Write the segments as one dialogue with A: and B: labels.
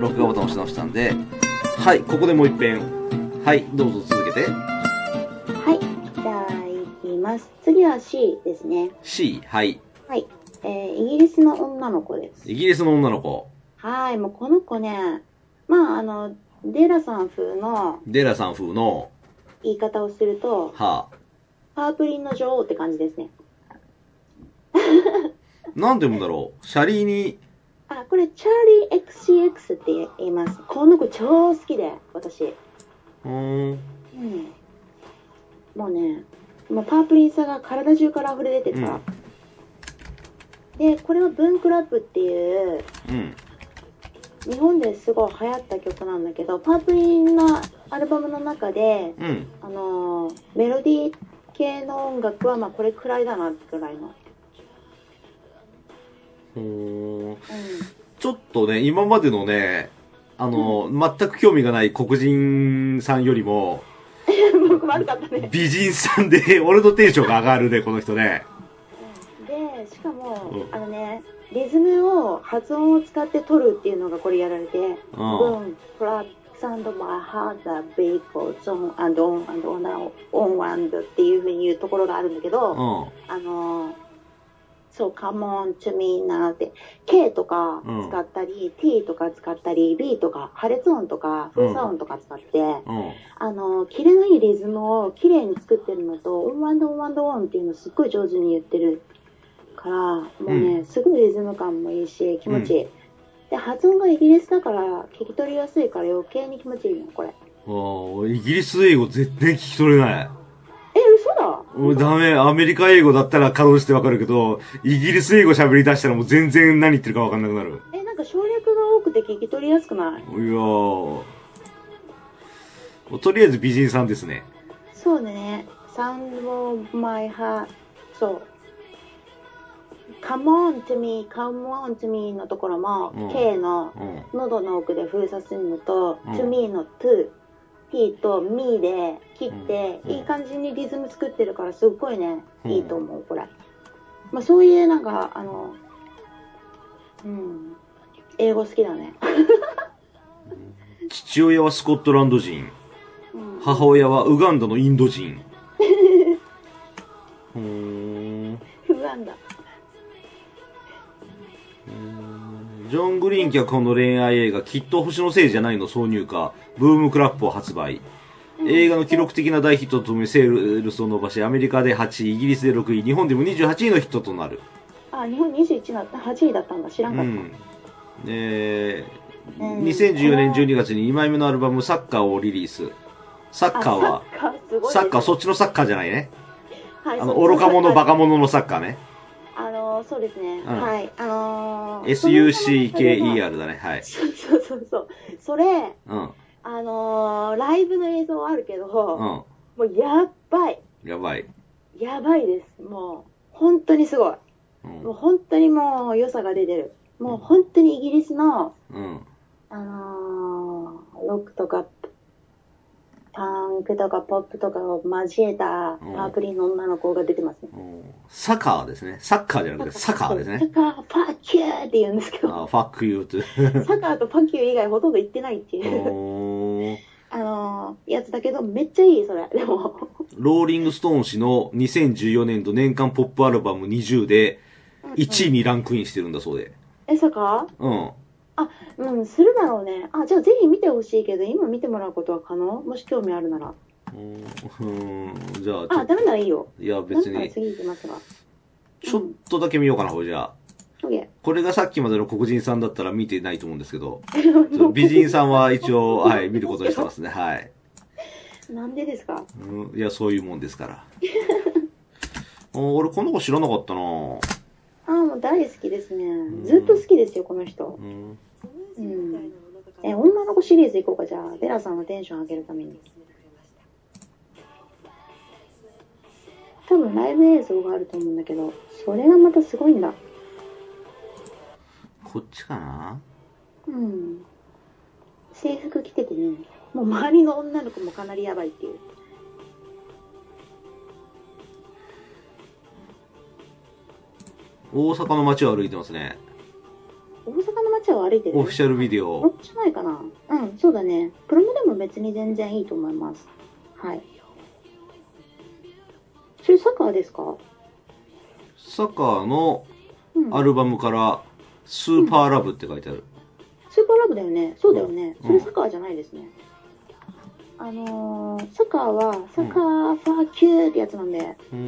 A: 録画ボタンを押し直したんで、はい、ここでもう一遍。はい、どうぞ続けて。
B: はい。じゃあ、いきます。次は C ですね。
A: C、はい。
B: はい。えー、イギリスの女の子です。
A: イギリスの女の子、
B: はい。もうこの子ね、まあ、あの、デラさん風の
A: デラさん風の、
B: 言い方をすると、
A: は
B: パープリンの女王って感じですね。
A: あ、なんて読むんだろう。シャリーに、
B: あ、これ、チャーリー XCX って言います。この子超好きで、私。
A: うーん、
B: うん。もうね、もうパープリンさが体中から溢れ出てた。で、これはブンクラップっていう、
A: うん、
B: 日本ですごい流行った曲なんだけど、パープリンのアルバムの中で、
A: うん。
B: あのーメロディー系の音楽は、まあこれくらいだなってくらいの。う
A: ほ
B: ん。
A: ーちょっとね、今までのね、あの、全く興味がない黒人さんよりも、
B: 僕悪かったね。
A: 美人さんで、 俺のテンションが上がるね、この人ね。
B: で、しかも、
A: うん
B: あのね、リズムを発音を使って取るっていうのがこれやられて、
A: う。
B: うんん、プラッサンドマハザベイコゾンアンドオンアンドオナオンワンドっていうふうに言うところがあるんだけど、
A: うん。
B: あのーそう、カモン、チュミーナーって、K とか使ったり、T とか使ったり、B とか、破裂音とか、
A: うん
B: 封鎖音とか使って、
A: うん。
B: あのーキレのいいリズムをきれいに作ってるのと、オンワンドオンワンドオンっていうのすっごい上手に言ってるから、もうね、すごいリズム感もいいし、気持ちいい。で、発音がイギリスだから、聞き取りやすいから余計に気持ちいいの、これ。
A: あー俺イギリス英語絶対聞き取れない。
B: え、嘘だ
A: 俺ダメ、アメリカ英語だったら軽うじてわかるけど、イギリス英語喋り出したらもう全然何言ってるかわかんなくなる。
B: え、なんか省略が多くて聞き取りやすくない
A: いやー。とりあえず美人さんですね。
B: そうね。サウンドマイハそう。Come on to me, come on to me のところも、
A: うん
B: K の
A: うん。
B: 喉の奥で封鎖するのと、
A: うん
B: to me の to、t と me で切って、
A: うん
B: いい感じにリズム作ってるからすっごいね、
A: うん
B: いいと思う、これ。まあそういうなんか、あの、うん、英語好きだね。
A: 父親はスコットランド人。
B: うん
A: 母親はウガンダのインド人。うーん。
B: 不安だ。
A: ジョン・グリーン脚本の恋愛映画、きっと星のせいじゃないの挿入歌、ブームクラップを発売。映画の記録的な大ヒットとともにセールスを伸ばし、アメリカで8位、イギリスで6位、日本でも28位のヒットとなる。
B: あ、日本21だった、8位だったんだ、知ら
A: う
B: なかった。
A: ん。えー
B: うん
A: 2014年12月に2枚目のアルバム、サッカーをリリース。サッカーは、
B: あサッカーすごいです
A: サ
B: ね
A: ッカー、そっちのサッカーじゃないね。
B: はい
A: あ
B: そ
A: の、
B: う
A: 愚か者、
B: そう
A: バカ者のサッカーね。
B: あのそうですね、
A: うん
B: はいあのー、
A: SUCKER だね。はい。
B: そうそうそうそうそれ
A: うん。
B: あのー、ライブの映像はあるけど、
A: う
B: もうやっばい
A: ん。やばい。
B: やばいですもう本当にすご
A: う。
B: いもうん本当にもう良さが出てるもう本当にイギリスの
A: うん。
B: あのー、ロックとかパンクとかポップとかを交えた
A: うん
B: パープリンの女の子が出てますね、
A: うんサッカーですね。サッカーじゃなくて、サッカーです
B: サ
A: ね。
B: ッカー、ファッキューって言うんですけど。
A: あーファックユーと。
B: サッカーとパキュー以外ほとんど行ってないっていう、
A: おー
B: あのーやつだけど、めっちゃいい、それ。で も、
A: ローリングストーン氏の2014年度年間ポップアルバム20で1位にランクインしてるんだそうで。
B: え、サッカー
A: うん。
B: うん、するだろうね。あ、じゃあぜひ見てほしいけど、今見てもらうことは可能もし興味あるなら。
A: うん、じゃあ、ちょ
B: あ、
A: っと、
B: ダメならいいよ。
A: いや
B: ダメ
A: 別
B: なら
A: に、
B: 次行きますが。
A: ちょっとだけ見ようかな、これじゃあ。
B: OK。
A: これがさっきまでの黒人さんだったら見てないと思うんですけ ど、ちょ美人さんは一応、はい、見ることにしてますね、はい。
B: なんでですか
A: うん、いや、そういうもんですから。 お俺、この子知らなかったなぁ。
B: あ、もう大好きです
A: ん
B: ね。ずっと好きですよ、この人。
A: うん
B: うん。え、女の子シリーズ行こうか、じゃあ。デラさんのテンション上げるために。多分ライブ映像があると思うんだけど、それがまたすごいんだ。
A: こっちかな
B: うん。制服着ててね、もう周りの女の子もかなりやばいっていう。
A: 大阪の街を歩いてますね。
B: 大阪の街を歩いてる
A: オフィシャルビデ
B: こ
A: オ。
B: っちないかなうん、そうだね。プロムでも別に全然いいと思います。はい。それサッカーですか
A: サッカーの
B: うん。
A: アルバムから、スーパーラブって書いてある。
B: スーパーラブだよね。そうだよね。
A: うん
B: それサッカーじゃないですね。あのー、サッカーは、サッカー、サーキューってやつなんで、
A: うー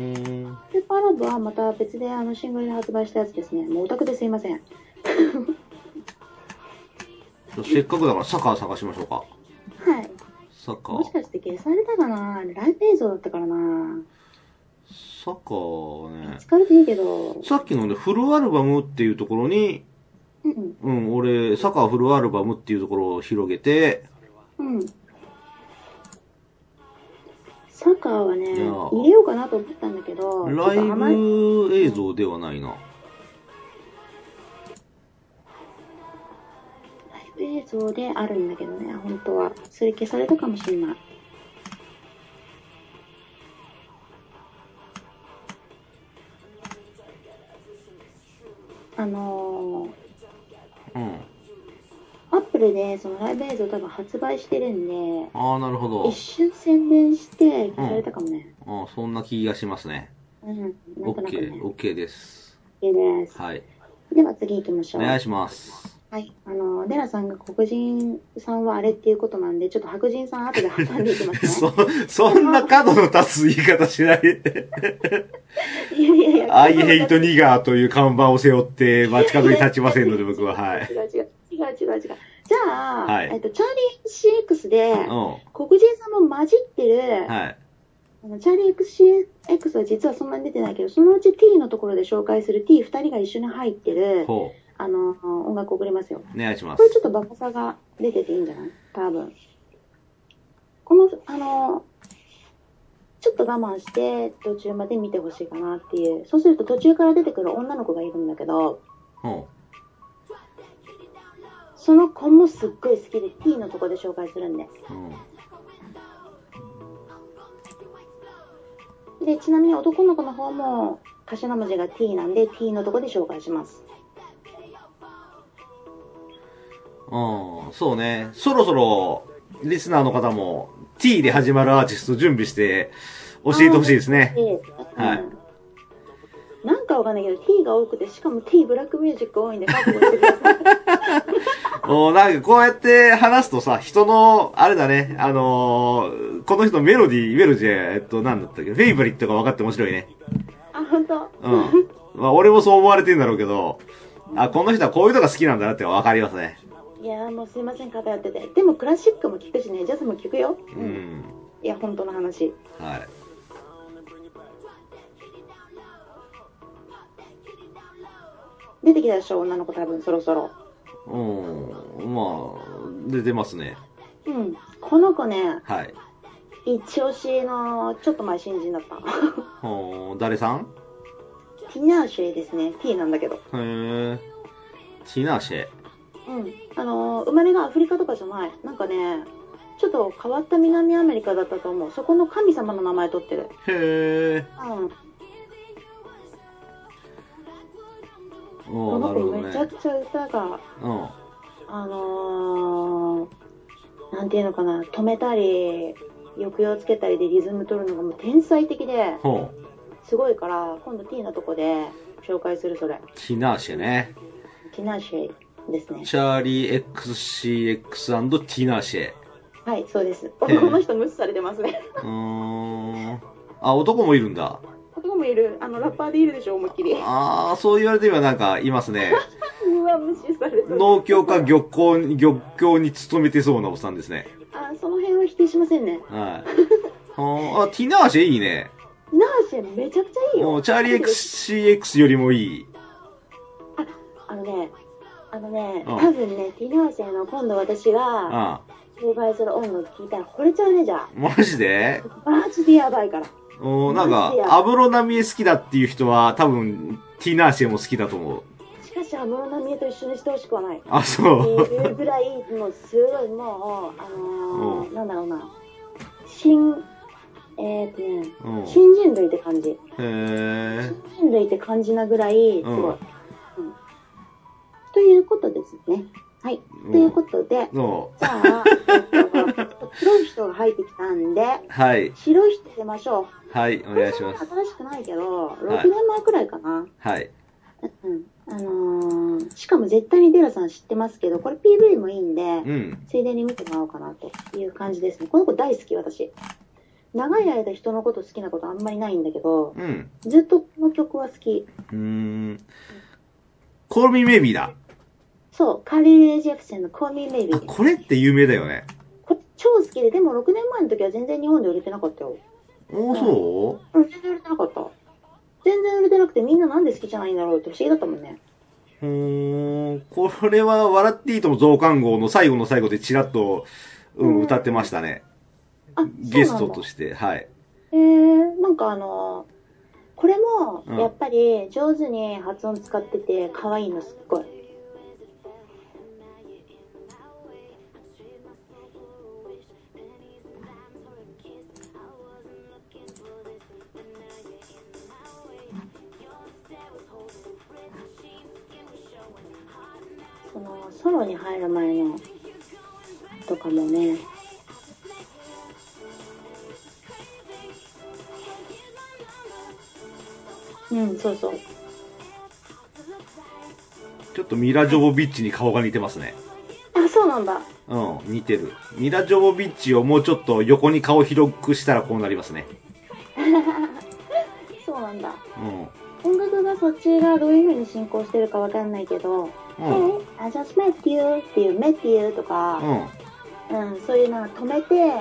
A: ん。
B: スーパーラブはまた別であのシングルで発売したやつですね。もうオタクですいません。
A: せっかくだからサッカー探しましょうか。
B: はい。
A: サッカ
B: もし
A: ー。
B: かして消されたかなライブ映像だったからな
A: サッカーはね、
B: 疲れていいけど。
A: さっきのね、フルアルバムっていうところに、
B: うん。
A: うん、俺、サッカーフルアルバムっていうところを広げて、
B: うん。サッカーはね、
A: いや
B: 入れようかなと思ったんだけど、ちょ
A: ラ
B: っ
A: イ
B: と甘い
A: ブ映像ではないな。
B: ライブ映像であるんだけどね、本当は。それ消されたかもしれない。あの
A: うん。
B: ー、アップルでそのライブ映像多分発売してるんで、
A: ああ、なるほど
B: 一。瞬宣伝して消されたかもね。
A: あーそんな気がしますね。
B: うん、な
A: オ
B: んと
A: ッ
B: なく
A: ケー、
B: ね。
A: オッケーです。
B: OK です。
A: はい。
B: では次行きましょ
A: お
B: う。
A: 願いします。
B: はい、あのデラさんが黒人さんはあれっていうことなんで、ちょっと白人さん後で挟んでいきますね。
A: そ、そんな角の立つ言い方しないで。
B: いやいやいや、
A: I hate ニガーという看板を背負って街角に立ちませんので僕は、はい。
B: 違う違う違う違う違う。じゃあ、
A: はい
B: えっとチャーリー XCX で
A: うん。は
B: 黒人さんも混じってる、
A: い。
B: あのチャーリー XCX は実はそんなに出てないけど、そのうち T のところで紹介する T2 人が一緒に入ってる
A: ほ
B: あの音楽送りますよ。
A: う。お願いしま
B: これちょ
A: す
B: っ。とバカさが出てていいんじゃない多分。この、あの、ちょっと我慢して途中まで見てほしいかなっていう。そうすると途中から出てくる女の子がいるんだけど、
A: ほ
B: その子もすっごい好きで T のとこで紹介するんで。
A: う。うん。
B: で、ちなみに男の子の方も頭文字が T なんで T のとこで紹介します。
A: うん、そうね。そろそろ、リスナーの方も、T で始まるアーティスト準備して、教えてほしいですね。
B: で、
A: はい
B: うんなんかわかんないけど T が多くて、しかも T ブラックミュージック多いんで覚悟してくだ さい。
A: おなんかこうやって話すとさ、人の、あれだね、あのーこの人メロディー、メロディーじゃない、えっと、なんだったっけ、フェイブリットが分かって面白いね。
B: あ、本当。
A: うん。まあ、俺もそう思われてんだろうけど、あ、この人はこういうのが好きなんだなって分かりますね。
B: いやーもうすいません偏っててでもクラシックも聞くしねジャズも聞くよ、
A: う、ん。
B: いや本当の話
A: はい。
B: 出てきたでしょ女の子多分そろそろ
A: うん。まあ、出てますね。
B: うんこの子ね
A: はい。
B: 一押しのちょっと前新人だった
A: ほー誰さん
B: ティナーシェですね T なんだけど
A: へー。ティナーシェ。
B: うんあのー生まれがアフリカとかじゃないなんかねちょっと変わった南アメリカだったと思うそこの神様の名前取ってる
A: へえ。
B: うん
A: お
B: こ
A: お、
B: の
A: なるほ
B: 子
A: ど
B: めちゃ
A: ね。
B: くちゃ歌が
A: うん。
B: あのー、なんていうのかな、止めたり、抑揚つけたりでリズム取るのがもう天才的で、
A: ほう。
B: すごいから、今度 T のとこで紹介するそれ。
A: ティナーシェね。
B: ティナーシェですね。
A: チャーリー XCX& ティナーシェ。
B: はい、そうです。
A: へえ
B: 男の人無視されてますね。
A: うーん。あ、男もいるんだ。
B: 男もいる。あの、ラッパーでいるでしょ、思いっきり。
A: あー、そう言われてみればなんかいますね。
B: うわ、無視されてる。
A: 農協か漁港に、漁協に勤めてそうなおっさんですね。
B: あ、その辺は否定しませんね。
A: はい。ほうあ、ティナーシェいいね。
B: ティナーシェめちゃくちゃいいよ。
A: もうチャーリー XCX よりもいい。
B: あのね、あのね、
A: うん
B: 多分ね、ティナーシェの今度私が
A: あ
B: 紹介する音楽聞いたら惚れちゃうね、じゃあ。
A: マジで
B: マジでやばいから。
A: おなんか、安室奈美恵好きだっていう人は多分、ティナーシェも好きだと思う。
B: しかし、安室奈美恵と一緒にしてほしくはない。
A: あ、
B: って
A: そう。
B: いうぐらい、もうすごい、もう、あの
A: う
B: ー、なんだろうな、新、えー、っとね、
A: うん。へ
B: 新人類って感じ。
A: え。
B: 新人類って感じなぐらい、す
A: う
B: ごい。
A: ん
B: うんということですね。はい。
A: うん
B: ということで、
A: の、
B: じゃあ、えっと黒い人が入ってきたんで、
A: はい、
B: 白い人出ましょう。
A: はい、お
B: お
A: 願いします。
B: 新しくないけど、
A: はい
B: 6年前くらいかな。
A: はい。
B: うん。あのー、しかも絶対にデラさん知ってますけど、これ PV もいいんで、
A: うん。
B: ついでに見てもらおうかなという感じですね。この子大好き、私。長い間人のこと好きなことあんまりないんだけど、
A: うん。
B: ずっとこの曲は好き。
A: うーん。コールミメイビーだ。
B: そう、カーリー・レイ・ジェフセンの Call Me Maybe
A: あ、。これって有名だよね。
B: これ超好きで、でも6年前の時は全然日本で売れてなかったよ。
A: おー、そ
B: うん、全然売れてなかった。全然売れてなくてみんななんで好きじゃないんだろうって不思議だったもんね。
A: ううーん。これは、笑っていいとも増刊号の最後の最後でチラッと、うん、
B: うん
A: 歌ってましたね。
B: あ、
A: ゲス
B: そう
A: ト
B: なんだ
A: として、はい。
B: えー、なんかあのこれも
A: うん
B: やっぱり上手に発音使ってて可愛いのすっごい。そのソロに入る前のとかもねうんそうそう
A: ちょっとミラ・ジョボビッチに顔が似てますね。
B: あそうなんだ
A: うん、似てる。ミラ・ジョボビッチをもうちょっと横に顔広くしたらこうなりますね。
B: そうなんだ
A: う
B: 音楽がそっちがどういう風に進行してるかわかんないけ
A: ん。
B: ど「
A: うん。
B: Hey, I just met you」っていう「met you」とか、
A: うん。
B: うんそういうのを止めて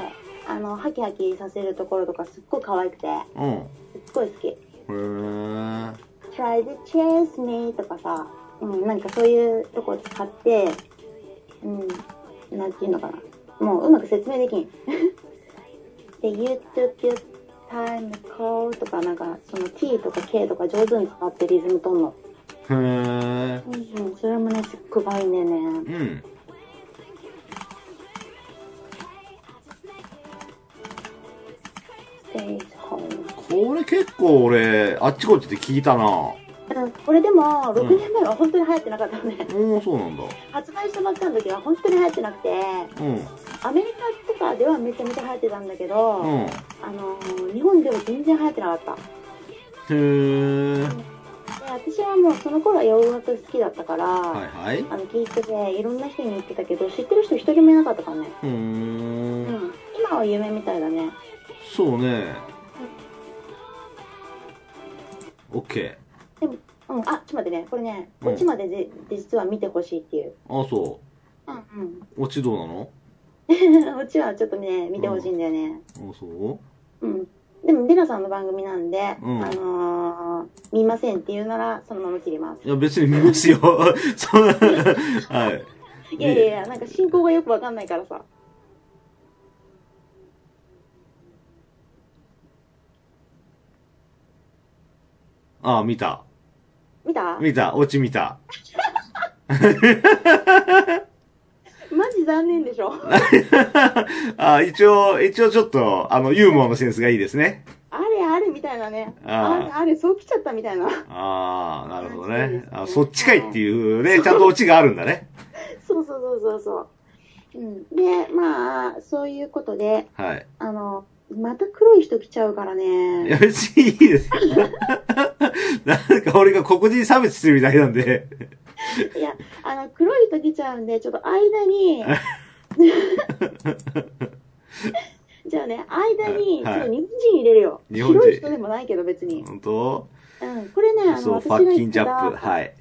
B: あのハキハキさせるところとかすっごい可愛くて
A: うん。
B: すっごい好き
A: へー
B: 「Try to chase me」とかさ、うん、なんかそういうとこ使って、うん、なんていうのかなもううまく説明できん。 で「You took your time to call」とかなんかその T とか K とか上手に使ってリズム取んの。
A: へー
B: うんうん、それもね、すっごい可愛いんだよね。
A: うん。
B: ステイホーム。
A: これ結構俺、あっちこっちで聞いたなお
B: うん、これでも、6年前は本当に流行ってなかったのね。
A: ー、そうなんだ。
B: 発売したばっかの時は本当に流行ってなくて、
A: うん。
B: アメリカとかではめちゃめちゃ流行ってたんだけど、
A: うん。へ
B: あのー日本では全然流行ってなかっ
A: ー
B: た。で、私はもうその頃は洋楽好きだったから、
A: はいはい。
B: あの、聞いてて、いろんな人に言ってたけど、知ってる人一人もいなかったからね。
A: う
B: う
A: ーん。
B: ん。今は夢みたいだね。
A: そうね。オッケ
B: うん、あ、ちょっと待ってね。これね、
A: うん
B: こっちまでぜ実は見てほしいっていう。
A: ー。あ、そ
B: うんうん。
A: う。落ちどうなの
B: うちはちょっとね、見てほしいんだよね。
A: あ、そう
B: うん。でも、デラさんの番組なんで、
A: うん
B: あのー、見ませんって言うなら、そのまま切ります。
A: いや、別に見ますよ。 そんな、はい。
B: いやいやいや、なんか進行がよくわかんないからさ。
A: あ、見た。
B: 見た
A: 見た。落ち見た。
B: マジ残念でしょ
A: あ、一応、一応ちょっと、あの、ユーモアのセンスがいいですね。
B: あれあれみたいなね。
A: あー
B: あれあれ、そう来ちゃったみたいな。
A: ああ、なるほど
B: そうで
A: ね
B: すね
A: あ。そっちかいっていう ね、ちゃんとオチがあるんだね。
B: そうそうそうそうそう。うん、で、まあ、そういうことで、
A: はい。
B: あの、また黒い人来ちゃうから
A: いや、
B: ね。
A: 別にいいです よ。なんか俺が黒人差別してるみたいなんで。
B: いや、あの、黒い人来ちゃうんで、ちょっと間に、じゃあね、間に、ちょ
A: はい
B: っと日本人入れるよ。
A: 日本人
B: 広い人でもないけど別に。
A: 本当
B: うん、これね、あの、
A: そう、
B: 私
A: フ
B: が
A: ァッキ
B: 言
A: ン
B: っ
A: ジ
B: て
A: ャップ。
B: た、
A: はい。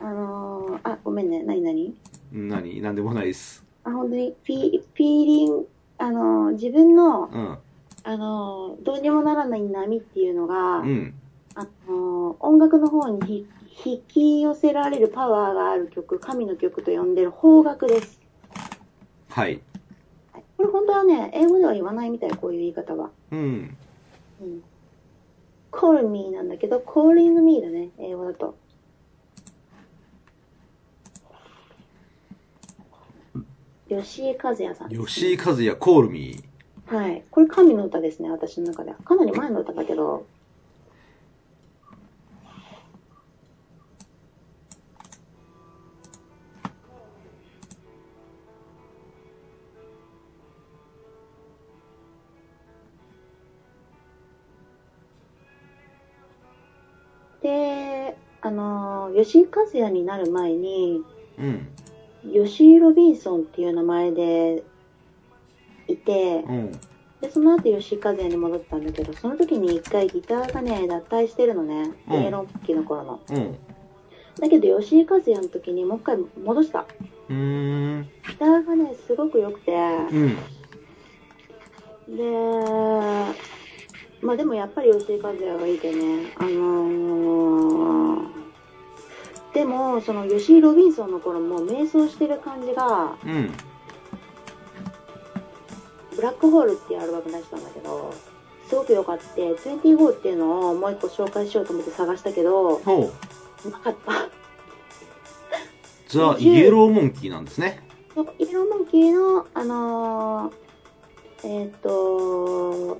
B: あのー、あ、ごめんね、なになに
A: うん何なんでもないです。
B: あ、本当に、ピー、ピーリング、あのー、自分の、
A: うん。
B: あのー、どうにもならない波っていうのが、
A: うん。
B: あのー、音楽の方にひ引き寄せられるパワーがある曲、神の曲と呼んでる邦楽です。
A: はい。
B: はいこれ本当はね、英語では言わないみたい、こういう言い方は。
A: うん。
B: うん。call me なんだけど、calling me だね、英語だと。吉井和也さんです、
A: 吉井和也、コールミー。
B: はい。これ神の歌ですね、私の中では。かなり前の歌だけど。あのー吉井和也になる前に、
A: うん。
B: 吉井ロビンソンっていう名前でいて、
A: うん。
B: で、その後吉井和也に戻ったんだけど、その時に一回ギターがね、脱退してるのね。
A: うん
B: イエロー期の頃の。
A: うん。
B: だけど吉井和也の時にもう一回戻した。
A: うーん。
B: ギターがね、すごく良くて、
A: うん。
B: で、まあでもやっぱり吉井和也がいいけどね、あのーでも、その吉井ロビンソンの頃も瞑想してる感じが、
A: うん。
B: ブラックホールっていうアルバム出したんだけど、すごく良かった。24っていうのをもう一個紹介しようと思って探したけど、
A: ほう。
B: なかった。
A: ザ・イエローモンキーなんですね。
B: なんかイエローモンキーの、あのーえっ、と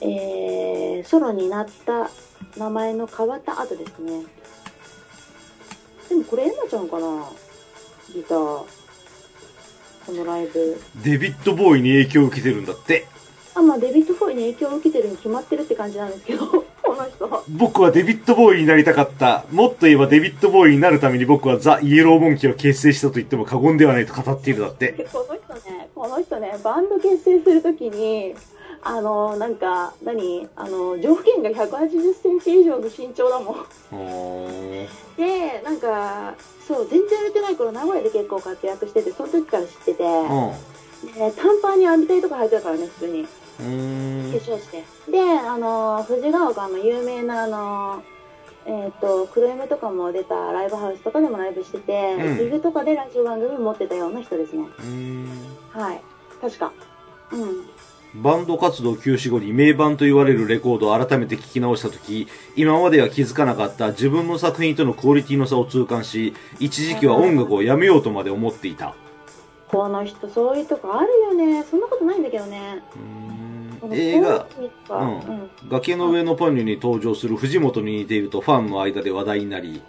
B: えー、ソロになった名前の変わった後ですね。でもこれエマちゃんかなギター。このライブ。
A: デビッド・ボーイに影響を受けてるんだって。
B: あ、まあデビッド・フォーイに影響を受けてるに決まってるって感じなんですけど、 この人。
A: 僕はデビッド・ボーイになりたかった。もっと言えばデビッド・ボーイになるために僕はザ・イエローモンキーを結成したと言っても過言ではないと語っているだって。
B: でこの人ね、この人ね、バンド結成するときに、あの、なんか、何あの、条件が180センチ以上の身長だもん。
A: ほ
B: で、なんか、そう、全然売れてない頃、名古屋で結構活躍してて、その時から知ってて、
A: ー。
B: で短パンに網手とか履いてたからね、普通
A: う
B: に。
A: ん。う
B: 化
A: ーん。
B: 粧して。で、あの、藤ヶ丘の有名な、あの、えっ、と、黒夢とかも出たライブハウスとかでもライブしてて、
A: うん
B: リグとかでラジオ番組持ってたような人ですね。
A: うーん
B: はい。確か。うん。
A: バンド活動休止後に名盤と言われるレコードを改めて聴き直したとき、今までは気づかなかった自分の作品とのクオリティの差を痛感し、一時期は音楽をやめようとまで思っていた。
B: この人そういうとこあるよねそんなことないんだけどねこの
A: 映画
B: コーチとか
A: うん
B: うん
A: 「崖の上のポニョ」に登場する藤本に似ているとファンの間で話題になり、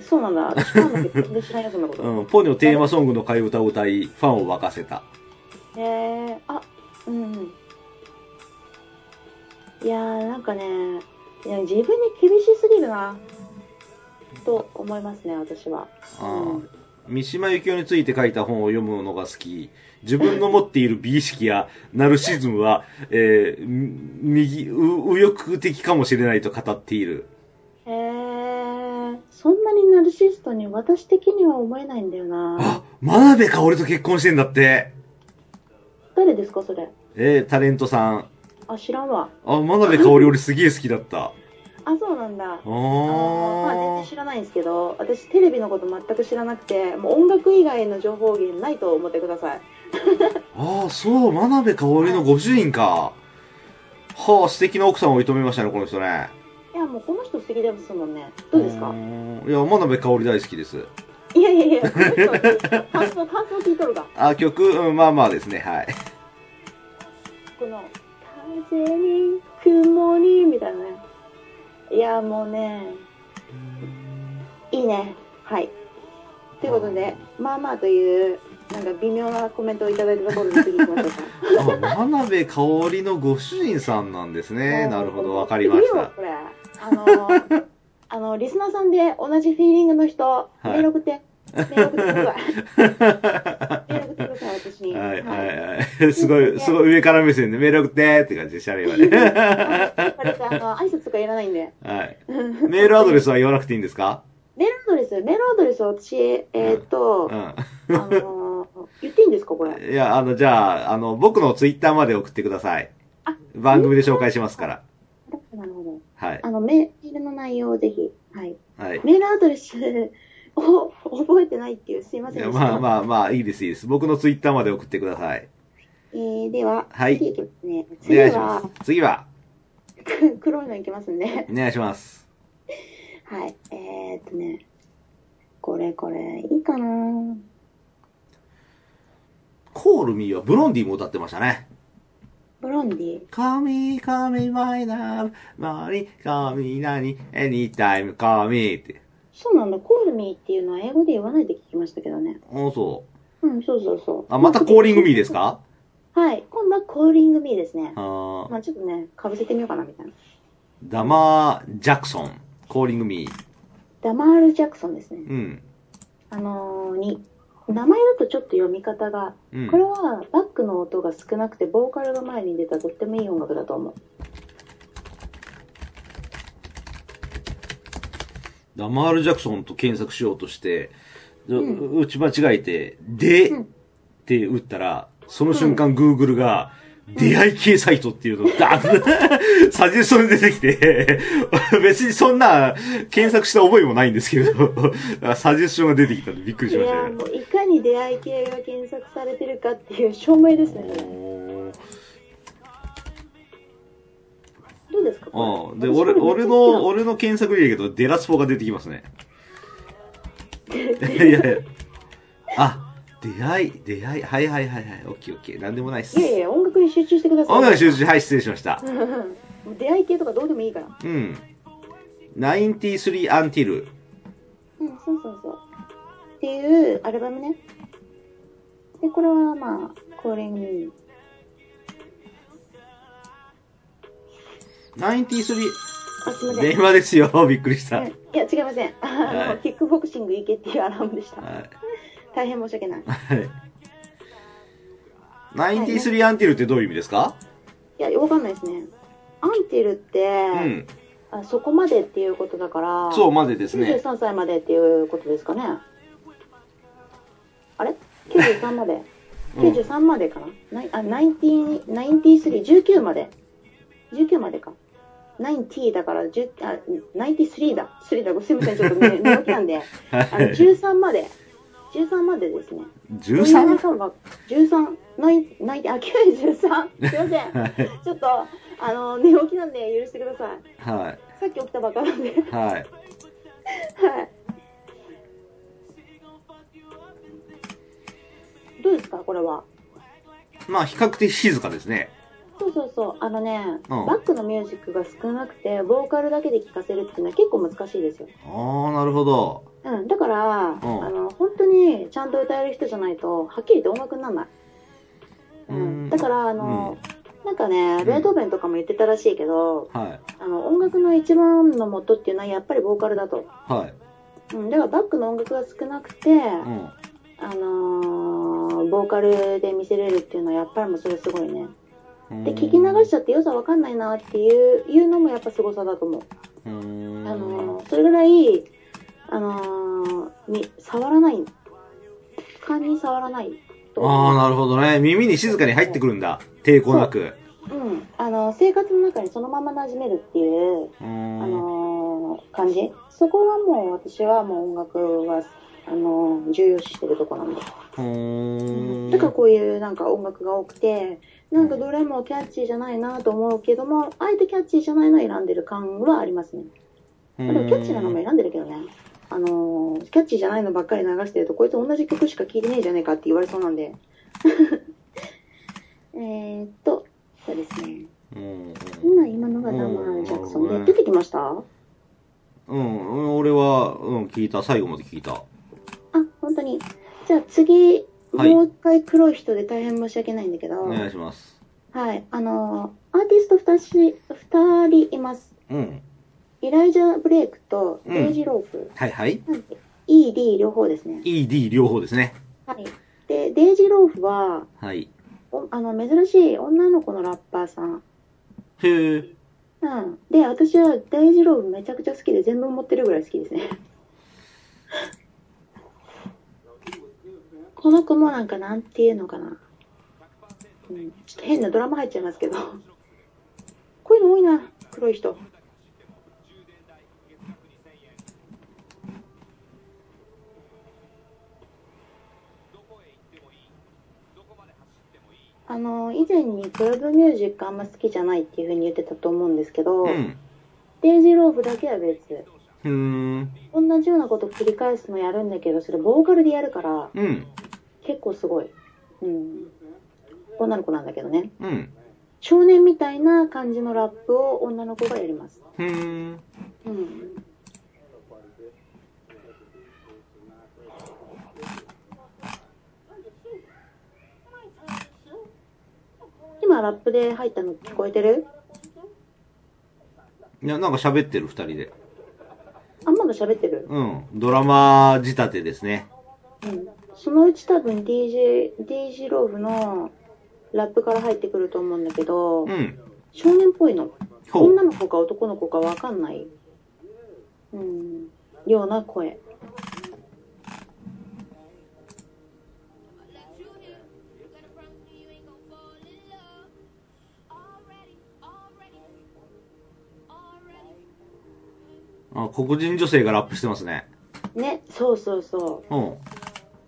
B: そうなんだ私ファンだけど全然知らないよそんなこと、
A: うん、ポニョテーマソングの替え歌を歌いファンを沸かせた
B: へえあうんうんいやーなんかねいや自分に厳しすぎるなと思いますね私は
A: あー三島由紀夫について書いた本を読むのが好き自分の持っている美意識やナルシズムは、えーみ右う右翼的かもしれないと語っている
B: へえそんなにナルシストに私的には思えないんだよな
A: あ真鍋か俺と結婚してんだって
B: 誰ですかそれ
A: えータレントさん
B: あ知らんわ
A: あ真鍋かおり俺すげえ好きだった
B: あそうなんだ
A: あ
B: あのまあ全
A: ー
B: 然知らないんですけど私テレビのこと全く知らなくてもう音楽以外の情報源ないと思ってください
A: ああ、そう、真鍋かおりのご主人か。はあ、素敵な奥さんを射止めましたね、この人ね。
B: いやもうこの人素敵ですもんねどうです
A: ー
B: か
A: んいや、真鍋かおり大好きです。
B: いやいやいやこの人 感想感想聞いとるが
A: あ、曲、うん、まあまあですね、はい。
B: この「風に雲に」みたいなねいやもうねいいねはいということでまあまあというなんか微妙なコメントをいただいたところで次行きましょうか
A: あ、真鍋かおりのご主人さんなんです ね。なるほど、わかりま
B: い
A: し
B: るよ
A: た。
B: これあの あのリスナーさんで同じフィーリングの人、
A: い
B: メール送ってメール送ってください メール送ってください私に
A: はい、は
B: はい
A: い、はい。すごい、すごい上から目線で、メール送ってって感じでしたね、今ね。
B: これであの挨拶とかいらないんで
A: はい。メールアドレスは言わなくていいんですか
B: メールアドレスメールアドレスは私えーっと
A: う、ん。
B: あの言っていいんですかこれ
A: いや、あの、じゃあ、あの、僕のツイッターまで送ってください
B: あ。
A: 番組で紹介しますから。
B: なるほど
A: はい。
B: あのメメールの内容をぜひはい
A: はい。
B: メールアドレスを覚えてないっていうすいま
A: い
B: せん
A: や
B: でした
A: まあまあまあ、いいです、いいです。僕のツイッターまで送ってください。
B: えーでは、
A: はい
B: 次いきますね
A: お
B: 次
A: 願いしま
B: は
A: す。次は、
B: 黒いのいきますね
A: お願いします。
B: はい。えー、っとね、これこれ、いいかな
A: コールミーはブロンディも歌ってましたね。
B: ブロンディ。
A: 神、神、マイナー、マリ、神、何、エニタイム、神って。
B: そうなんだ、コールミーっていうのは英語で言わないって聞きましたけどね。
A: おそう。
B: うん、そうそうそう。
A: あ、またコーリングミーです
B: か
A: か
B: はい。今度はコーリングミーですね
A: あ。ー
B: まあちょっとね、かぶせてみようかなみたいな。
A: ダマー・ジャクソン、コーリングミー。
B: ダマール・ジャクソンですね。
A: うん。
B: あのーに、名前だとちょっと読み方が、
A: うん
B: これはバックの音が少なくて、ボーカルが前に出たとってもいい音楽だと思う。
A: ダマール・ジャクソンと検索しようとして、う
B: うん
A: 打ち間違えて、で、
B: うん
A: って打ったら、その瞬間、Google が、出会い系サイトっていうのが、ダーッと サジェストで出てきて、 別にそんな検索した覚えもないんですけど、 サジェストが出てきたんでびっくり
B: い
A: しま
B: や
A: した
B: ー
A: ね
B: も。ういかに出会い系が検索されてるかっていう証明ですね、こ
A: お
B: れ
A: ー
B: どうですかこ
A: ああ
B: れ
A: で、俺、俺の、、俺の検索履歴だとデラスポが出てき ますね。いやいや。あ、出会い、出会い、はいはいはいはい、オッケーオッケー、なんでもないっす
B: い。やいや、音楽に集中してください。
A: 音楽集中、はい、失礼しました。
B: もう出会い系とかどうでもいいから。
A: うん。93 Until。
B: うん、そうそうそう。っていうアルバムね。で、これはまあ、これに、
A: 93、
B: あ、すいません。
A: 電話ですよ、 びっくりした。
B: うんいや、違いません。あ
A: はい
B: の、キックボクシング行けっていうアラームでした。
A: はい。
B: 大変申し訳ない。
A: はい。93 Until ってどういう意味ですか
B: いや、わかんないですね。アンティルって、
A: うん。
B: あそこまでっていうことだから、
A: そう、までですね。
B: 93歳までっていうことですかね。あれ ?93 まで。
A: うん
B: 93までかな、ないあ、19 93、19まで。19までか。90だから、10あ、93だ。3だ。ごすみません、ちょっと ね、寝起きなんで。
A: は
B: あの、
A: い。
B: 13まで。13までですね。
A: 13?
B: さんは13、ない、ない、あ、93。すいません。
A: はい。
B: ちょっと、あの、寝起きなんで許してください。
A: は
B: さっき起きたばっかなんで。
A: い。はい。
B: はい。どうですか、これは。
A: まあ、比較的静かですね。
B: そうそうそう。あのね、
A: うん
B: バックのミュージックが少なくて、ボーカルだけで聴かせるっていうのは結構難しいですよ。
A: ああ、なるほど。
B: うん。だから、
A: ん
B: あの、本当にちゃんと歌える人じゃないと、はっきり言って音楽にならない。うん。
A: うん
B: だから、あの、なんかね、ベートーベンとかも言ってたらしいけど、
A: はい。
B: あの、音楽の一番の元っていうのはやっぱりボーカルだと。
A: はい。
B: うん。だからバックの音楽が少なくて、
A: うん。
B: あのーボーカルで見せれるっていうのはやっぱりもうそれすごいね。で、聞き流しちゃって良さわかんないなっていういうのもやっぱ凄さだと思う。
A: うー
B: あ
A: ん。
B: のーそれぐらい、あのーに、触らない。感に触らないと。
A: ああ、なるほどね。耳に静かに入ってくるんだ。抵抗なく。
B: うん。あのー生活の中にそのまま馴染めるっていう、
A: う
B: あ
A: ーん。
B: のー感じ。そこはもう私はもう音楽は、あのー重要視してるとこなんで。
A: うーん
B: だからこういうなんか音楽が多くて、なんかどれもキャッチーじゃないなと思うけども、あえてキャッチーじゃないのを選んでる感はありますね。
A: う
B: まあでもキャッチーなのも選んでるけどね。あのーキャッチーじゃないのばっかり流してると、こいつ同じ曲しか聴いてねえじゃねえかって言われそうなんで。 えーっと、そうですね。
A: うん
B: 今、今のがダマール・ジャクソン
A: うん
B: で、出てきましたあ、
A: うん。うん。俺は、うん、聞いた。最後まで聞いた。
B: 本当に。じゃあ次、
A: はい
B: もう一回黒い人で大変申し訳ないんだけど。
A: お願いします。
B: はい、あのーアーティスト2し二人います。
A: うん。
B: イライジャ・ブレイクと
A: うん
B: デイジ・ロープ、
A: はいはい。
B: なんて ED 両方ですね。
A: ED 両方ですね。
B: はい、でデイジ・ロープは
A: はい。
B: おあの珍しい女の子のラッパーさん。
A: へえ。
B: うん、で私はデイジ・ロープめちゃくちゃ好きで全部持ってるぐらい好きですね。この子もなんかなんていうのかな、うん、ちょっと変なドラマ入っちゃいますけどこういうの多いな黒い人。あの以前にクラブミュージックあんま好きじゃないっていうふうに言ってたと思うんですけど、
A: うん。
B: デイジーローブだけは別
A: うーん。
B: 同じようなこと繰り返すのやるんだけどそれボーカルでやるから
A: うん。
B: 結構すごい、うん、女の子なんだけどね
A: うん。
B: 少年みたいな感じのラップを女の子がやります、
A: うーん。
B: うん、今ラップで入ったの聞こえてる
A: いや、なんか喋ってる、二人で。
B: あんまんど喋ってる。
A: うん。ドラマ仕立てですね。
B: うん。そのうち多分 DJ、DJ ローブのラップから入ってくると思うんだけど、
A: うん。
B: 少年っぽいの。
A: ほう。
B: 女の子か男の子かわかんない。うん。ような声。
A: あ黒人女性がラップしてますね。
B: ね、そうそうそ
A: うん。
B: う。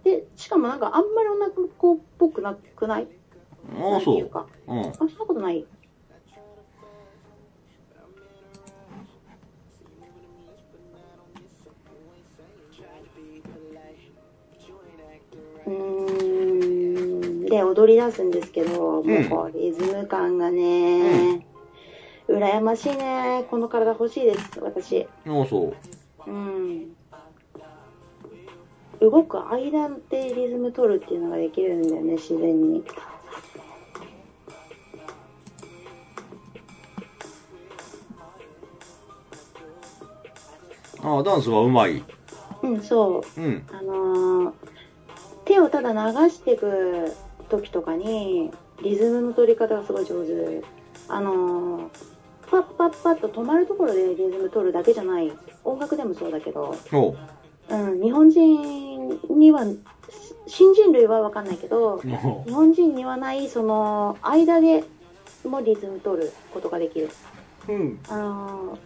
B: で、しかもなんかあんまり女の子っぽくなくない
A: ああ、そ
B: なんていう
A: う。
B: か。
A: うん
B: あ、。そんなことない。うーんで踊り出すんですけど、もうこうリズム感がね、羨ましいねこの体欲しいです私
A: ああ、そう。
B: うん動く間でリズム取るっていうのができるんだよね自然に
A: ああ、ダンスはうまい。
B: うんそう
A: うん。
B: あのー手をただ流していく時とかにリズムの取り方がすごい上手あのーパッパッパッと止まるところでリズム取るだけじゃない音楽でもそうだけど、
A: ほ
B: うん、日本人にはし新人類は分かんないけど
A: う。ほ
B: 日本人にはないその間でもリズム取ることができる
A: う。うん。
B: あのー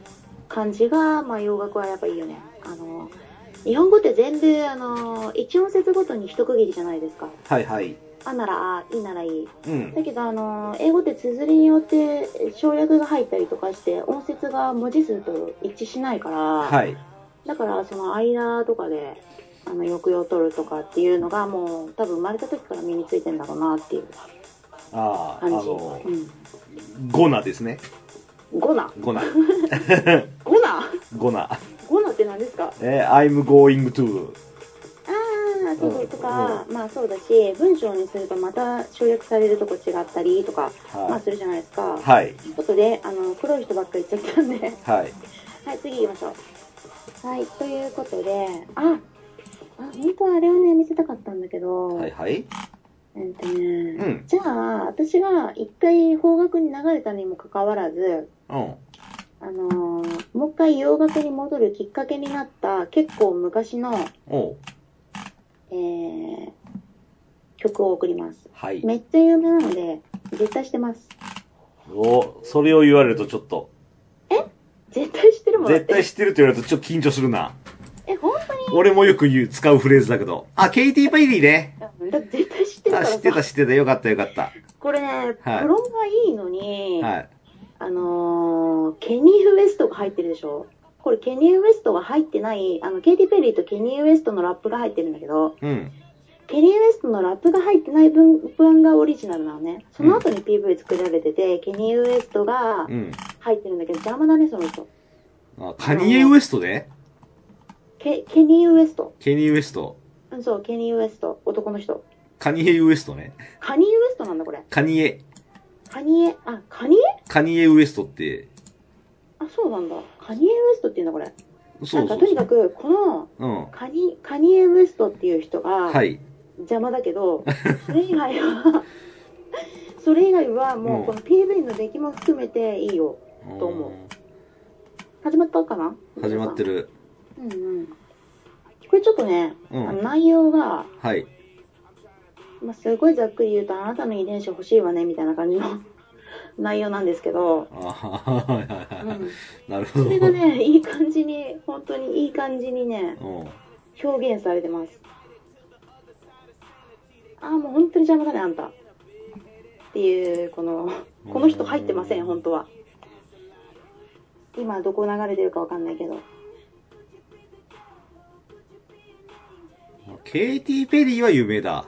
B: 感じが、まあ、洋楽はやっぱいいよね。あのー日本語って全部、あのー一音節ごとに一区切りじゃないですか。
A: はいはい。
B: あならあ、いいならいい。
A: うん。
B: だけど、あのー英語って綴りによって省略が入ったりとかして、音節が文字数と一致しないから、
A: はい。
B: だからその間とかで、あの、抑揚を取るとかっていうのがもう多分生まれた時から身についてんだろうなっていう
A: ああ、あ
B: 感じ。
A: の、ゴナですね。
B: うん。ゴナ
A: ゴナ。
B: ゴナ
A: ゴナ。
B: ゴナって何ですか
A: えー、I'm going to.
B: ああ、そうそうとか、まあそうだし、文章にするとまた省略されるとこ違ったりとか、まあ
A: は
B: するじゃないですか。
A: い。はい。
B: ということで、あの、黒い人ばっかり言っちゃったんで、
A: はい。
B: はい、次行きましょう。はい、ということで、あ、あ、本当はあれをね、見せたかったんだけど、
A: はいはい。
B: えっとね、
A: ん
B: じゃあ、私が一回邦楽に流れたにもかかわらず、
A: うん。
B: あのーもう一回洋楽に戻るきっかけになった、結構昔の、
A: おう。
B: えー、曲を送ります。
A: はい。
B: めっちゃ有名なので、絶対してます。
A: お、それを言われるとちょっと。
B: 絶対してるもんだっ
A: 絶
B: て。
A: 対知ってるって言われるとちょっと緊張するな。
B: え、本当に
A: 俺もよく言う、使うフレーズだけど。あ、ケイティ・ペイリーね。
B: だって絶対知ってるか
A: あ、
B: ら
A: 知ってた
B: さ。
A: 知ってた。よかったよかった。
B: これね、
A: はい
B: プロンがいいのに、
A: はい。
B: あのー、ケニー・ウエストが入ってるでしょこれケニー・ウエストが入ってない、あの、ケイティ・ペリーとケニー・ウエストのラップが入ってるんだけど、
A: うん。
B: ケニー・ウエストのラップが入ってない分分がオリジナルなのね。その後に PV 作られてて、ケニー・ウエストが
A: うん。
B: 入ってるんだけど、邪魔だね、その人。
A: あ、カニエ・ウエストね。
B: ケケニー・ウエスト。
A: ケニー・ウエスト。
B: うん、そう、ケニー・ウエスト。男の人。
A: カニエ・ウエストね。
B: カニー・ウエストなんだ、これ。
A: カニエ。
B: カニエ、あ、カニエ
A: カニエ・ウエストって。
B: あ、そうなんだ。カニエ・ウエストっていうんだ、これ。
A: そう
B: な
A: そ
B: ん
A: う
B: か、と
A: そ
B: に
A: う。
B: かく、この、
A: うん。
B: カニ、カニエ・ウエストっていう人が
A: は、い。
B: 邪魔だ けど、それ以外は、 それ以外はもう、この PV の出来も含めていいよ。どうも始まったかな
A: うん始まって
B: る。
A: る。
B: うんうん。これちょっとね、
A: うん
B: あの内容が、
A: はい。
B: まあ、すごいざっくり言うと、あなたの遺伝子欲しいわね、みたいな感じの 内容なんですけど、
A: あはいはいは
B: う
A: いはい。
B: ん、
A: なるほ
B: そ
A: ど。
B: れがね、いい感じに、本当にいい感じにね、
A: うん。
B: 表現されてますああもう本当に邪魔だねあんたっていうこのこの人入ってません本当は今どこ流れてるかわかんないけど
A: ケイティ・ペリーは有名だ。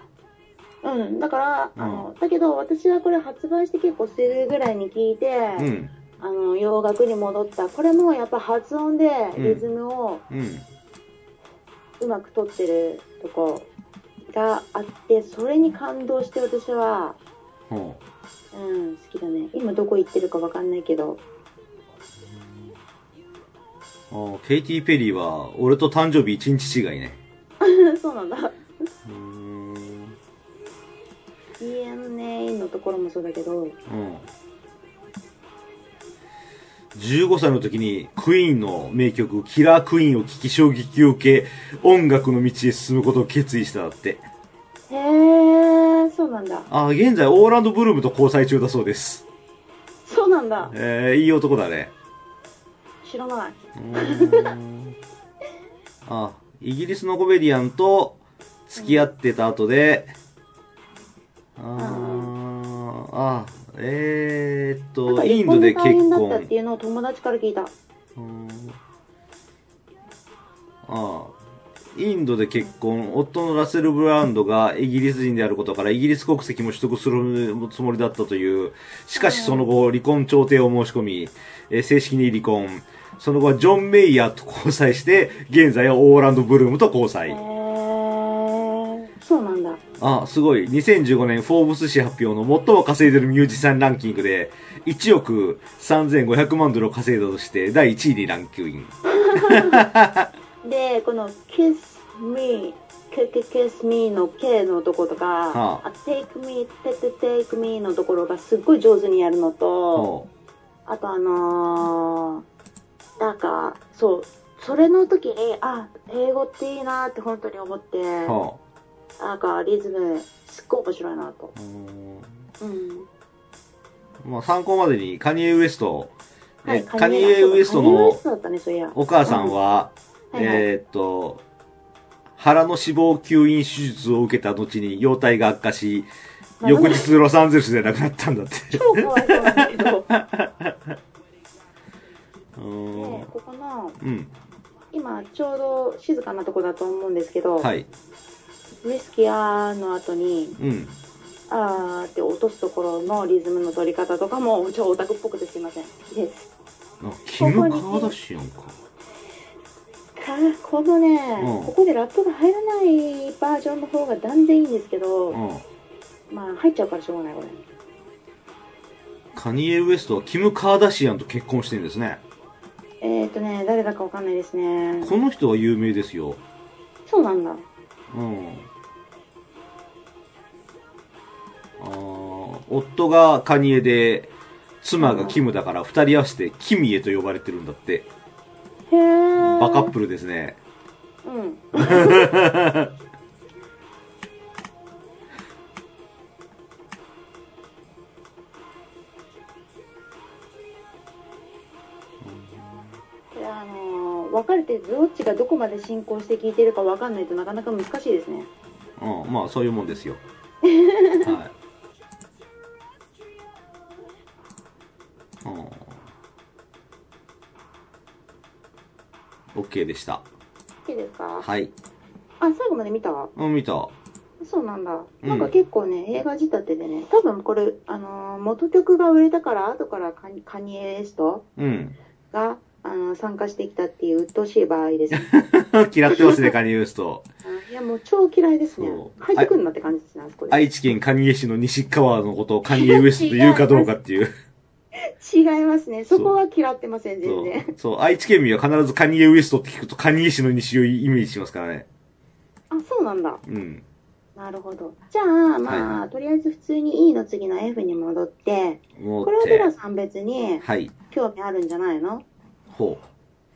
B: うんだから、
A: うん
B: あのだけど私はこれ発売して結構するぐらいに聞いて、
A: うん。
B: あの洋楽に戻ったこれもやっぱ発音でリズムを
A: うん。
B: うまく取ってるとこがあってそれに感動して私は
A: うん。
B: うん、好きだね。今どこ行ってるかわかんないけど。
A: あーケイティ・ペリーは、俺と誕生日一日違いね。
B: そうなんだ。
A: うーん。
B: DNA のところもそうだけど、
A: うん。15歳の時にクイーンの名曲キラークイーンを聴き衝撃を受け音楽の道へ進むことを決意しただって。
B: へえ、そうなんだ。
A: あー現在オーランド・ブルームと交際中だそうです。
B: そうなんだ。
A: えー、いい男だね。
B: 知らない。
A: あイギリスのコメディアンと付き合ってた後で、あーあえー、っ
B: なん
A: と
B: か
A: インドで結
B: 離婚が大変だったっ
A: 婚
B: ていうのを友達から聞いた。
A: うんあインドで結婚夫のラセル・ブランドがイギリス人であることからイギリス国籍も取得するつもりだったというしかしその後離婚調停を申し込み、えー正式に離婚その後はジョン・メイヤーと交際して現在はオーランド・ブルームと交際
B: へえ、そうなんだ。
A: あ、すごい。2015年、フォーブス誌発表の最も稼いでるミュージシャンランキングで、1億3500万ドルを稼いだとして、第1位にランクイン。
B: で、この Kiss Me, Kiss Me の K のとことか、
A: はあ
B: あ Take Me, Take, Take Me のところがすっごい上手にやるのと、
A: お
B: あとあのー、なんか、そう、それの時に、あ、英語っていいなって本当に思って、
A: うは
B: なんかリズム、すっごい面白いなと。
A: あ、うー
B: うん。
A: んまあ、参考までに、カニエ・ウエスト、
B: は
A: え
B: い、
A: カニエ・ウエスト
B: カニエウエ
A: の
B: ストだったね、そういや。
A: お母さんは、
B: うんはいはい
A: えーっと、腹の脂肪吸引手術を受けた後に、容体が悪化し、
B: なるほ
A: 翌
B: ど
A: 日ロサンゼルスで亡くなったんだって。
B: 超かわいそうなんだ けど。で、
A: うーん
B: ここの、
A: うん。
B: 今ちょうど静かなとこだと思うんですけど、
A: はい。
B: ウイスキーの後に、
A: うん。
B: あーって落とすところのリズムの取り方とかも、超オタクっぽくてすいません。です。
A: あキム・カーダシオンか。
B: かこのね、
A: うん
B: ここでラップが入らないバージョンの方が断然いいんですけど、
A: うん。
B: まあ入っちゃうからしょうがないこれ
A: カニエ・ウエストはキム・カーダシアンと結婚してるんですね。
B: えっ、ー、とね誰だかわかんないですね
A: この人は有名ですよ。
B: そうなんだ
A: うん。あー夫がカニエで、妻がキムだから、二人合わせてキミエと呼ばれてるんだって。
B: へえ
A: バカップルですね。
B: うんこれあのー分かれてどっちがどこまで進行して聞いてるか分かんないとなかなか難しいですね
A: うん、まあそういうもんですよ。はい。うん。OK でした。
B: いいですか、
A: はい。
B: あ最後まで見た
A: うん、見た。
B: そうなんだ
A: うん
B: なんか結構ね、映画仕立てでね多分これ、あのー元曲が売れたから後からカニカニエ・ウエスト
A: うん。
B: が、あのー参加してきたっていう鬱陶しい場合ですね
A: 嫌ってますね、カニエウエスト。
B: あいやもう超嫌いですね
A: そう
B: 入ってくんなって感じですねあそこで
A: 愛知県蟹江市の西川のことをカニエウエストと言うかどうかっていう。
B: 違いますねそこは嫌ってません
A: そ
B: 全然
A: う。そう、愛知県民は必ずカニエウエストって聞くとカニエ市の西をイメージしますからね。
B: あそうなんだ
A: うん。
B: なるほどじゃあまあ、とりあえず普通に E の次の F に戻って
A: も
B: これはデラさん別に
A: はい。
B: 興味あるんじゃないの
A: ほ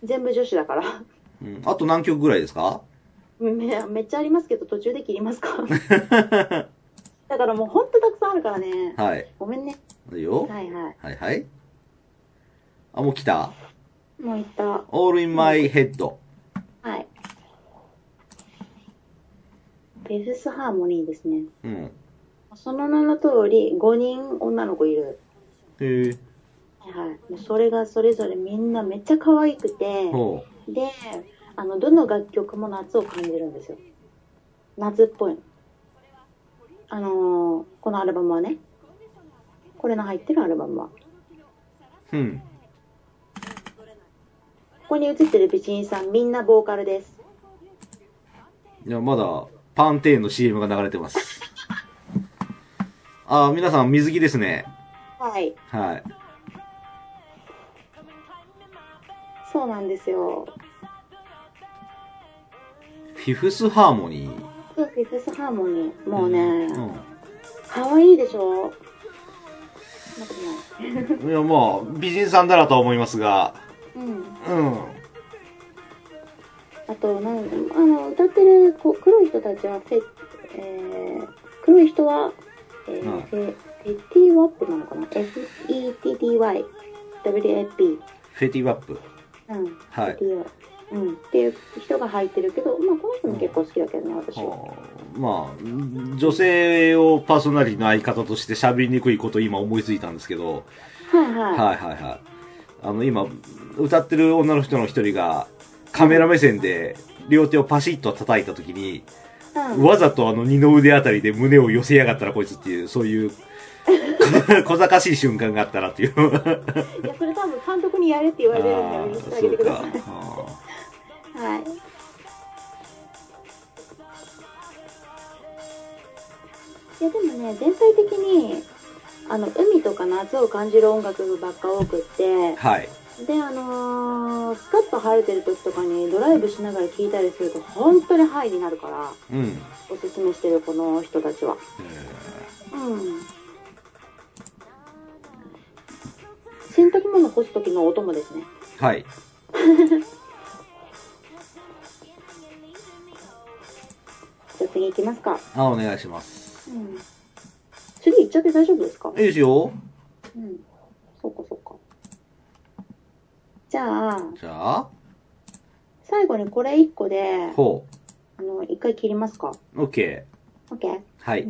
B: 全部女子だから
A: う。うん。あと何曲ぐらいですか
B: めめっちゃありますけど途中で切ります かだからもうほんとたくさんあるからね
A: はい。
B: ごめんね
A: いいよ。
B: はいは
A: はいはい。あ、もう来た
B: いもういった
A: ?All in my head.
B: はいベフスハーモニーですね
A: うん。へ
B: その名の通り5人女の子いる
A: え。
B: はいはいもうそれがそれぞれみんなめっちゃ可愛くて
A: ほ
B: であのどの楽曲も夏を感じるんですよ夏っぽいのあのーこのアルバムはねこれの入ってるアルバムはこ
A: う。うん。
B: こに映ってる美人さんみんなボーカルです
A: いや、まだ、パンテーンの CM が流れてます。あ、皆さん、水着ですね。
B: はい
A: はい。
B: さそうなんですよ。
A: フィフスハーモニー。
B: フィフスハーモニー。もうね、
A: うん
B: 可愛いでしょなんか
A: いや、まあ、美人さんだらとは思いますが、
B: ねうん。
A: うん。
B: あと、なんあの、歌ってるこう黒い人たちはフェ、えー、黒い人は、えー
A: はい
B: フェフェティワップなのかな ?F-E-T-T-Y、W-A-P。
A: フェティワップ。
B: うん。
A: はい
B: フェティワうん。っていう人が入ってるけど、まあ、この人も結構好きだけどね、私は。
A: はあまあ、女性をパーソナリティの相方として喋りにくいことを今思いついたんですけど、
B: はいはい。
A: はいはいはい。あの、今、歌ってる女の人の一人が、カメラ目線で両手をパシッと叩いたときに、
B: うん
A: わざとあの二の腕あたりで胸を寄せやがったらこいつっていう、そういう、小賢しい瞬間があったなっていう。
B: いや、それ多分監督にやれって言われるんだよね。してあげてください。
A: あ
B: はい。いやでもね、全体的にあの海とか夏を感じる音楽ばっか多くって
A: ー、はい。
B: で、あのースカッと晴れてる時とかにドライブしながら聴いたりすると、本当にハイになるから、
A: うん。
B: おすすめしてるこの人たちは。うん。洗濯物干す時のお供ですね。
A: はい。
B: じゃあ次行きますか。
A: あ、お願いします。
B: うん。次行っちゃって大丈夫ですか
A: いいですよ。
B: うん。そうかそうか。じゃあ、
A: じゃあ、
B: 最後にこれ一個で、
A: ほ
B: あの、一回切りますか。
A: う。OK。
B: OK?
A: はい。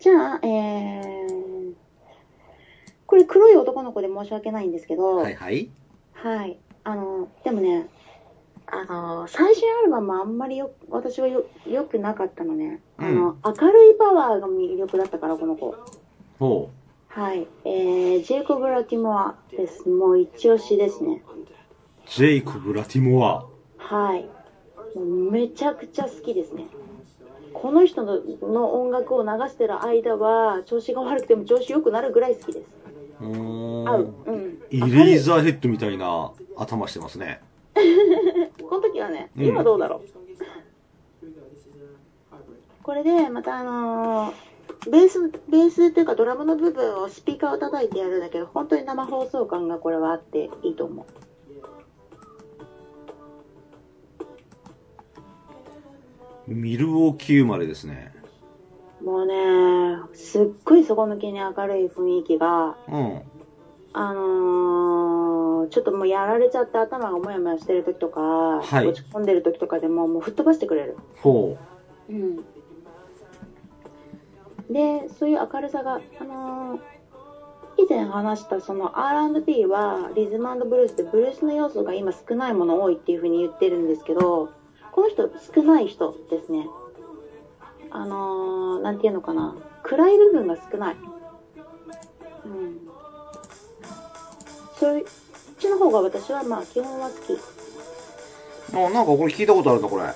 B: じゃあ、えー、これ黒い男の子で申し訳ないんですけど、
A: はいはい。
B: はいあの、でもね、あの、最新アルバムはあんまりよ、私はよ、良くなかったのね。あの、明るいパワーが魅力だったから、この子。
A: ほ
B: はい。えー、ジェイコブ・ラティモアです。もう一押しですね。
A: う。ジェイコブ・ラティモア。
B: はい。もうめちゃくちゃ好きですね。この人のの音楽を流してる間は、調子が悪くても調子良くなるぐらい好きです。
A: うーん
B: 合う。うん。
A: イレイ
B: ー
A: ザーヘッドみたいな頭してますね。
B: この時はね、
A: うん
B: 今どうだろう。これで、またあのーベース、ベースっていうかドラムの部分をスピーカーを叩いてやるんだけど、本当に生放送感がこれはあっていいと思う。
A: ミルウォーキー生まれですね。
B: もうね、すっごい底向きに明るい雰囲気が、
A: うん。
B: あのーちょっともうやられちゃって頭がもやもやしてる時とか、
A: はい
B: 落ち込んでる時とかでももう吹っ飛ばしてくれる。
A: ほ
B: うん、で、そういう明るさが、あのー以前話したその R&B はリズムブルースでブルースの要素が今少ないもの多いっていう風に言ってるんですけど、この人少ない人ですね。あのーなんていうのかな。暗い部分が少ない。うん。そういう、こっちの方が私はまあ基本は好き。
A: う。あ、なんかこれ聞いたことあるな、これ。わ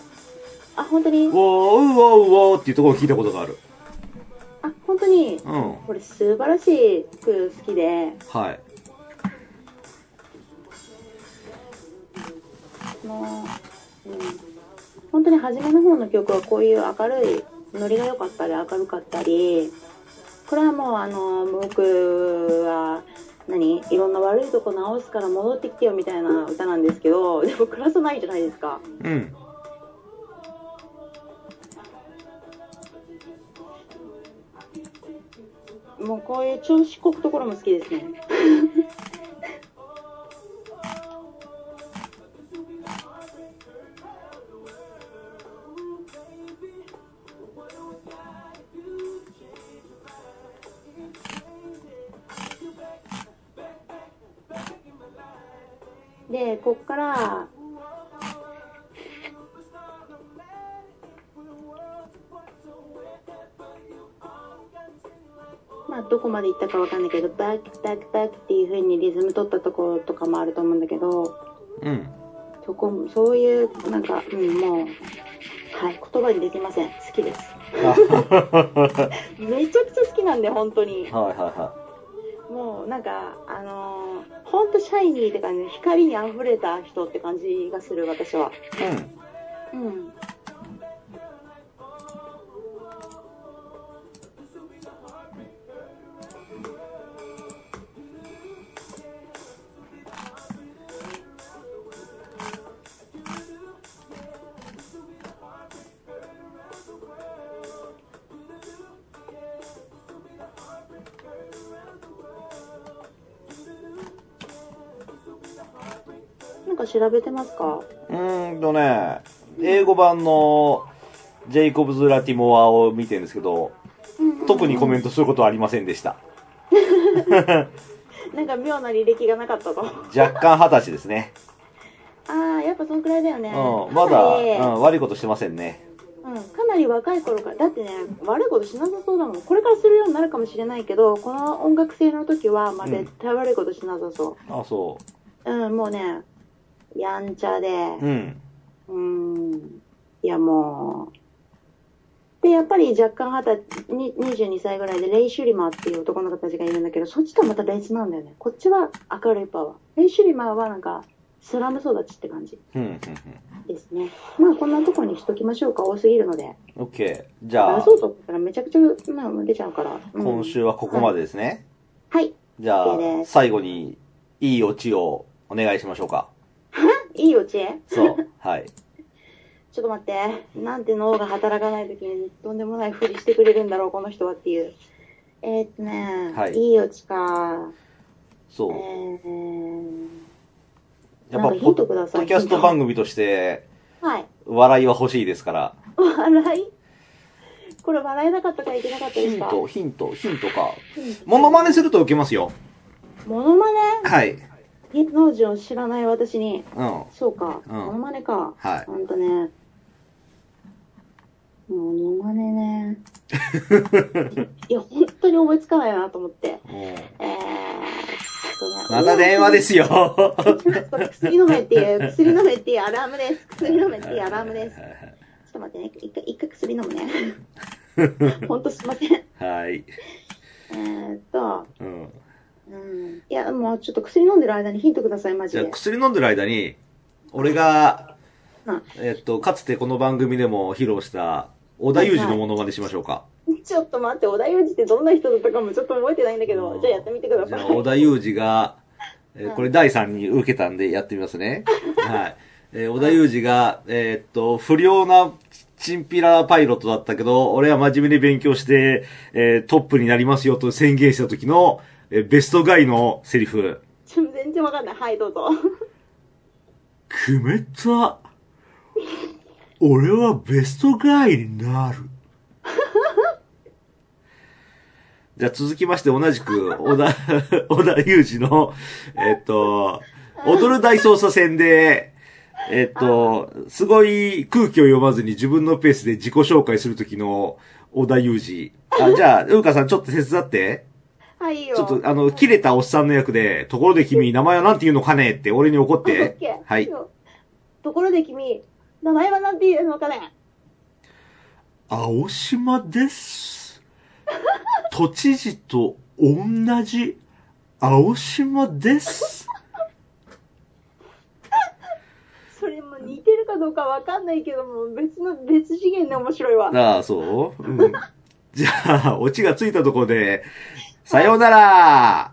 B: あ、本当に
A: ー、うわー、うわーっていうところ聞いたことがある。
B: あ、本当に
A: うん。
B: これ素晴らしく好きで、
A: はい。
B: もう、うん、本当に初めの方の曲はこういう明るいノリが良かったり明るかったりこれはもうあの僕は何いろんな悪いとこ直すから戻ってきてよみたいな歌なんですけどでも暗さないじゃないですか
A: うん。
B: もうこういう調子こくところも好きですねでこっからまあ、どこまで行ったかわかんないけど、バックバックバックっていう風にリズム取ったところとかもあると思うんだけど、
A: うん。
B: そこも、そういう、なんか、うん、もう、はい、言葉にできません。好きです。
A: はい
B: めちゃくちゃ好きなんで、本当に。
A: はいは
B: もうなんか、あのー、ほんとシャイニーって感じで、光に溢れた人って感じがする、私は。
A: うん。
B: うん。なんか調べてますか
A: うーんとね、英語版のジェイコブズ・ラティモアを見てるんですけど、特にコメントすることはありませんでした。
B: なんか妙な履歴がなかったと。
A: 若干二十歳ですね。
B: ああ、やっぱそのくらいだよね。
A: うん、
B: か
A: まだ、
B: なり
A: うん、悪いことしてませんね。
B: うん、かなり若い頃から、だってね、悪いことしなさそうだもん。これからするようになるかもしれないけど、この音楽性の時は、まあ、
A: うん
B: 絶対悪いことしなさそ。
A: あ、そう
B: うん、もうね、やんちゃで、
A: う。うん。
B: うーん、いやもう、で、やっぱり若干二十歳に22歳ぐらいで、レイ・シュリマーっていう男の子たちがいるんだけど、そっちとはまた別なんだよね。こっちは明るいパワー。レイ・シュリマーはなんか、スラム育ちって感じ
A: うん、うん、
B: ですね。まあ、こんなとこにしときましょうか、多すぎるので。
A: うん。オッケー。じゃ
B: 出
A: あ
B: そ、うと思ったらめちゃくちゃ、まあ、出ちゃうから。うん
A: 今週はここまでですね。
B: はい。
A: じゃ
B: オッケー
A: あ、
B: です
A: 最後に、いいオチをお願いしましょうか。
B: いいよ、知恵。
A: そう。はい。
B: ちょっと待って。なんて脳が働かない時にとんでもないふりしてくれるんだろう、この人はっていう。えー、っとね、
A: はい
B: いよ、ちか。え
A: そう。
B: ー、
A: やっぱ
B: なんかヒ
A: ポ
B: ン
A: ッ
B: トく
A: ド
B: だ
A: キ
B: さい
A: ャスト番組として、
B: はい。
A: 笑いは欲しいですから。
B: 笑いこれ笑えなかったからいけなかったで
A: ヒ
B: す
A: ン
B: か
A: ト、ヒント、ヒントか。
B: うん
A: モノマネすると受けますよ。
B: モノマネ
A: はい。
B: 芸能人を知らない私に。
A: うん。
B: そうか。
A: うん
B: モノマネか。
A: はい
B: ほんとね。モノマネね。 いや、本当に思いつかないなと思って。えー、ちょっとね
A: また電話で。すよ。
B: 薬飲めっていう、薬飲めっていうアラームです。薬飲めっていうアラームです。ちょっと待ってね。一回、一回薬飲むね。 本当すいません。
A: はい。
B: えーっと、
A: うん。
B: うん。いや、もうちょっと薬飲んでる間にヒントください、マジ
A: じゃあ、
B: で。
A: 薬飲んでる間に、俺が
B: うん、
A: えっと、かつてこの番組でも披露した、織田裕二のモノマネしましょうか。
B: ちょっと待って、小田裕二ってどんな人だったかもちょっと覚えてないんだけ
A: う
B: ど、
A: ん
B: じゃあやってみてくだ
A: じ
B: さ
A: ゃあ、
B: い。
A: 織田裕二が、えー
B: うん
A: これ第3に受けたんでやってみます ね。はい。えー、織田裕二が、えーっと、不良なチンピラパイロットだったけど、俺は真面目に勉強して、えートップになりますよと宣言した時の、えーベストガイのセリフ。
B: ちょ全然わかんない。はい、どうぞ。
A: くめた。俺はベストガイになる。じゃあ続きまして同じく、小田、 小田裕二の、えっと、踊る大捜査線で、えっと、すごい空気を読まずに自分のペースで自己紹介するときの小田裕二。あ、じゃあ、ううかさんちょっと手伝って。
B: はい、いいよ。
A: ちょっと、あの、切れたおっさんの役で、ところで君、名前はなんて言うのかねって俺に怒っ
B: オ
A: て
B: ッケー。
A: はい。。
B: ところで君、名前はなんて言うのかね
A: 青島です。都知事と同じ青島です。
B: それも似てるかどうかわかんないけども、別の、別次元で面白いわ。
A: ああ、そう、うん、じゃあ、オチがついたところで、さようなら